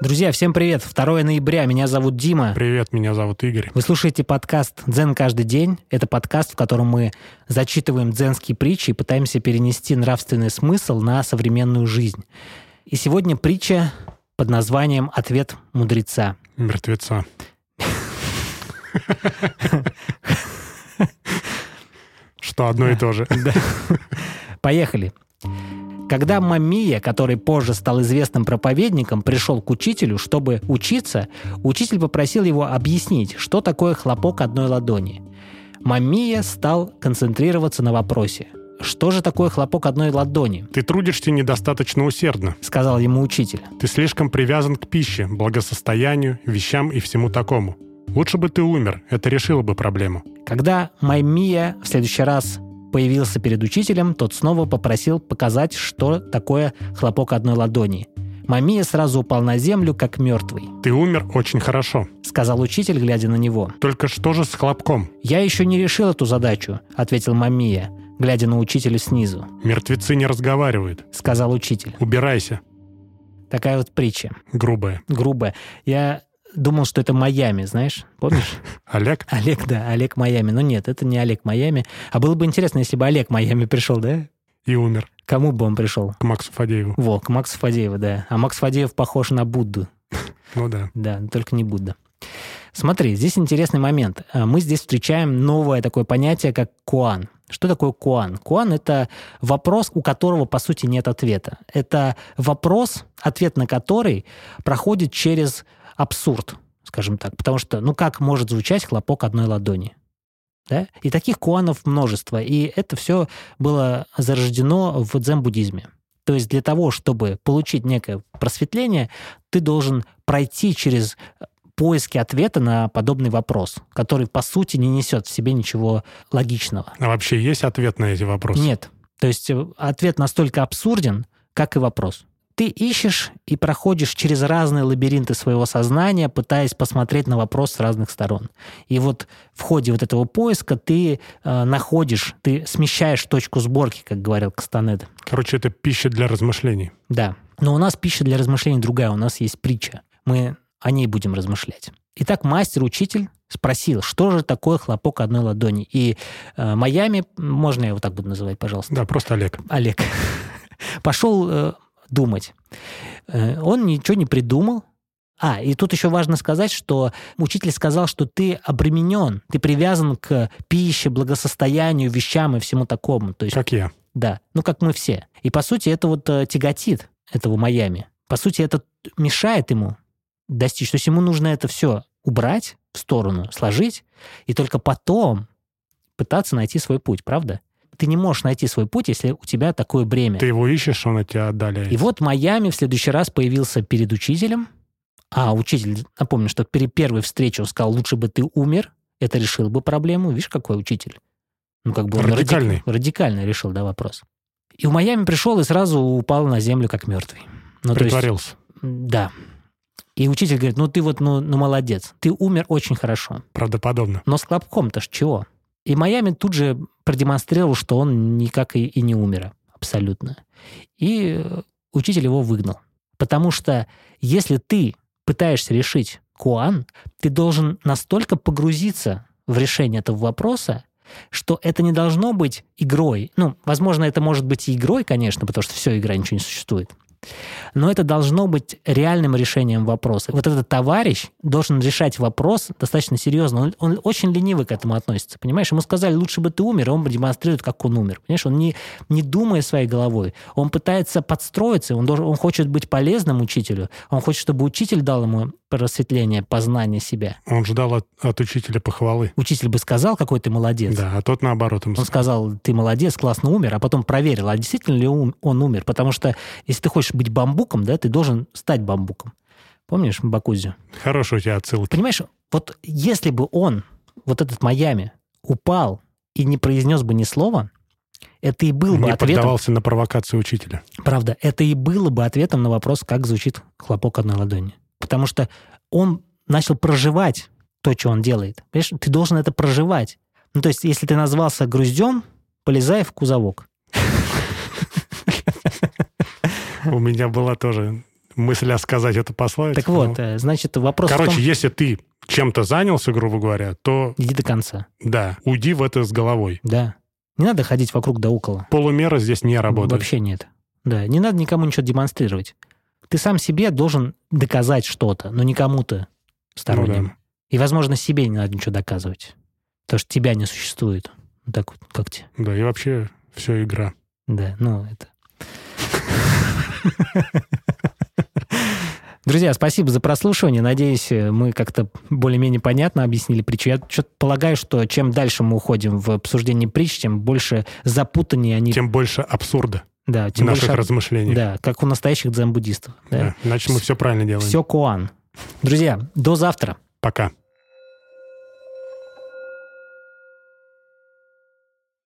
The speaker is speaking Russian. Друзья, всем привет! 2 ноября, меня зовут Дима. Привет, меня зовут Игорь. Вы слушаете подкаст «Дзен каждый день». Это подкаст, в котором мы зачитываем дзенские притчи и пытаемся перенести нравственный смысл на современную жизнь. И сегодня притча под названием «Ответ мудреца». Мертвеца. Что одно и то же. Поехали. Когда Мамия, который позже стал известным проповедником, пришел к учителю, чтобы учиться, учитель попросил его объяснить, что такое хлопок одной ладони. Мамия стал концентрироваться на вопросе. Что же такое хлопок одной ладони? Ты трудишься недостаточно усердно. Сказал ему учитель. Ты слишком привязан к пище, благосостоянию, вещам и всему такому. Лучше бы ты умер, это решило бы проблему. Когда Мамия в следующий раз появился перед учителем, тот снова попросил показать, что такое хлопок одной ладони. Мамия сразу упал на землю, как мертвый, Ты умер очень хорошо. сказал учитель, глядя на него. Только что же с хлопком? «Я еще не решил эту задачу», — ответил Мамия, глядя на учителя снизу, Мертвецы не разговаривают. сказал учитель. Убирайся. Такая вот притча, Грубая. грубая. Я думал, что это Майами, знаешь, помнишь? Олег? Олег, да, Олег Майами. Но нет, это не Олег Майами. А было бы интересно, если бы Олег Майами пришел, да? И умер. Кому бы он пришел? К Максу Фадееву. Во, к Максу Фадееву, да. А Макс Фадеев похож на Будду. Ну да. Да, но только не Будда. Смотри, здесь интересный момент. А, Мы здесь встречаем новое такое понятие, как куан. Что такое куан? Куан — это вопрос, у которого, по сути, нет ответа. Это вопрос, ответ на который проходит через абсурд, скажем так. Потому что, ну как может звучать хлопок одной ладони? Да? И таких куанов множество. И это все было зарождено в дзен-буддизме. То есть для того, чтобы получить некое просветление, ты должен пройти через э, поиски ответа на подобный вопрос, который, по сути, не несет в себе ничего логичного. А вообще есть ответ на эти вопросы? Нет. То есть э, ответ настолько абсурден, как и вопрос. Ты ищешь и проходишь через разные лабиринты своего сознания, пытаясь посмотреть на вопрос с разных сторон. И вот в ходе вот этого поиска ты э, находишь, ты смещаешь точку сборки, как говорил Кастанеда. Короче, это пища для размышлений. Да. Но у нас пища для размышлений другая, у нас есть притча. Мы о ней будем размышлять. Итак, мастер-учитель спросил, что же такое хлопок одной ладони. И э, Майами, можно я его так буду называть, пожалуйста? Да, просто Олег. Олег пошел э, думать. Э, он ничего не придумал. А, и тут еще важно сказать, что учитель сказал, что ты обременен, ты привязан к пище, благосостоянию, вещам и всему такому. То есть Как я. да, ну как мы все. И по сути это вот э, тяготит этого Майами. По сути это мешает ему достичь. То есть ему нужно это все убрать в сторону, сложить, и только потом пытаться найти свой путь, правда? Ты не можешь найти свой путь, если у тебя такое бремя. Ты его ищешь, он от тебя отдаляет. И вот Майами в следующий раз появился перед учителем. А учитель, напомню, что при первой встрече он сказал, лучше бы ты умер, это решил бы проблему. Видишь, какой учитель? Ну, как бы он ради- Радикальный. радикально решил, да, вопрос. И у Майами пришел и сразу упал на землю как мертвый. Ну, то есть, Притворился. да. И учитель говорит, ну ты вот, ну, ну молодец, ты умер очень хорошо. Правдоподобно. Но с клопком-то ж чего? И Майами тут же продемонстрировал, что он никак и, и не умер абсолютно. И э, учитель его выгнал. Потому что если ты пытаешься решить Куан, ты должен настолько погрузиться в решение этого вопроса, что это не должно быть игрой. Ну, возможно, это может быть и игрой, конечно, потому что все игра, ничего не существует. Но это должно быть реальным решением вопроса. Вот этот товарищ должен решать вопрос достаточно серьезно. Он, он очень лениво к этому относится, понимаешь? Ему сказали, лучше бы ты умер, и он демонстрирует, как он умер. Понимаешь, он не, не думая своей головой, он пытается подстроиться, он, должен, он хочет быть полезным учителю, он хочет, чтобы учитель дал ему просветление, познание себя. Он ждал от, от учителя похвалы. Учитель бы сказал, какой ты молодец. Да, а тот наоборот ему Он сказал, ты молодец, классно умер, а потом проверил, а действительно ли ум- он умер. Потому что если ты хочешь быть бамбуком, да, ты должен стать бамбуком. Помнишь Бакузю? Хорошая у тебя отсылка. Понимаешь, вот если бы он, вот этот Майами, упал и не произнес бы ни слова, это и был бы Не ответом. поддавался на провокацию учителя. Правда, это и было бы ответом на вопрос, как звучит хлопок одной ладони. Потому что он начал проживать то, что он делает. Понимаешь, ты должен это проживать. Ну, то есть, если ты назвался груздем, полезай в кузовок. У меня была тоже мысля сказать это послать. Так вот, э, значит, вопрос в Короче, том- если ты чем-то занялся, грубо говоря, то Иди до конца, да, уйди в это с головой. да. Не надо ходить вокруг да около. Полумера здесь не работает. Вообще нет. Да, не надо никому ничего демонстрировать. Ты сам себе должен доказать что-то, но не кому-то стороннему. Ну да. И, возможно, себе не надо ничего доказывать. Потому что тебя не существует. Вот так вот, как тебе. Да, и вообще все игра. Да, ну это... Друзья, спасибо за прослушивание. Надеюсь, э, мы как-то более-менее понятно объяснили притчу. Я что-то полагаю, что чем дальше мы уходим в обсуждение притч, тем больше запутаннее они... Тем больше абсурда да, в тем наших больше... размышлений. Да, как у настоящих дзен-буддистов. да. Да, Значит, мы все правильно делаем. Все Куан. Друзья, до завтра. Пока.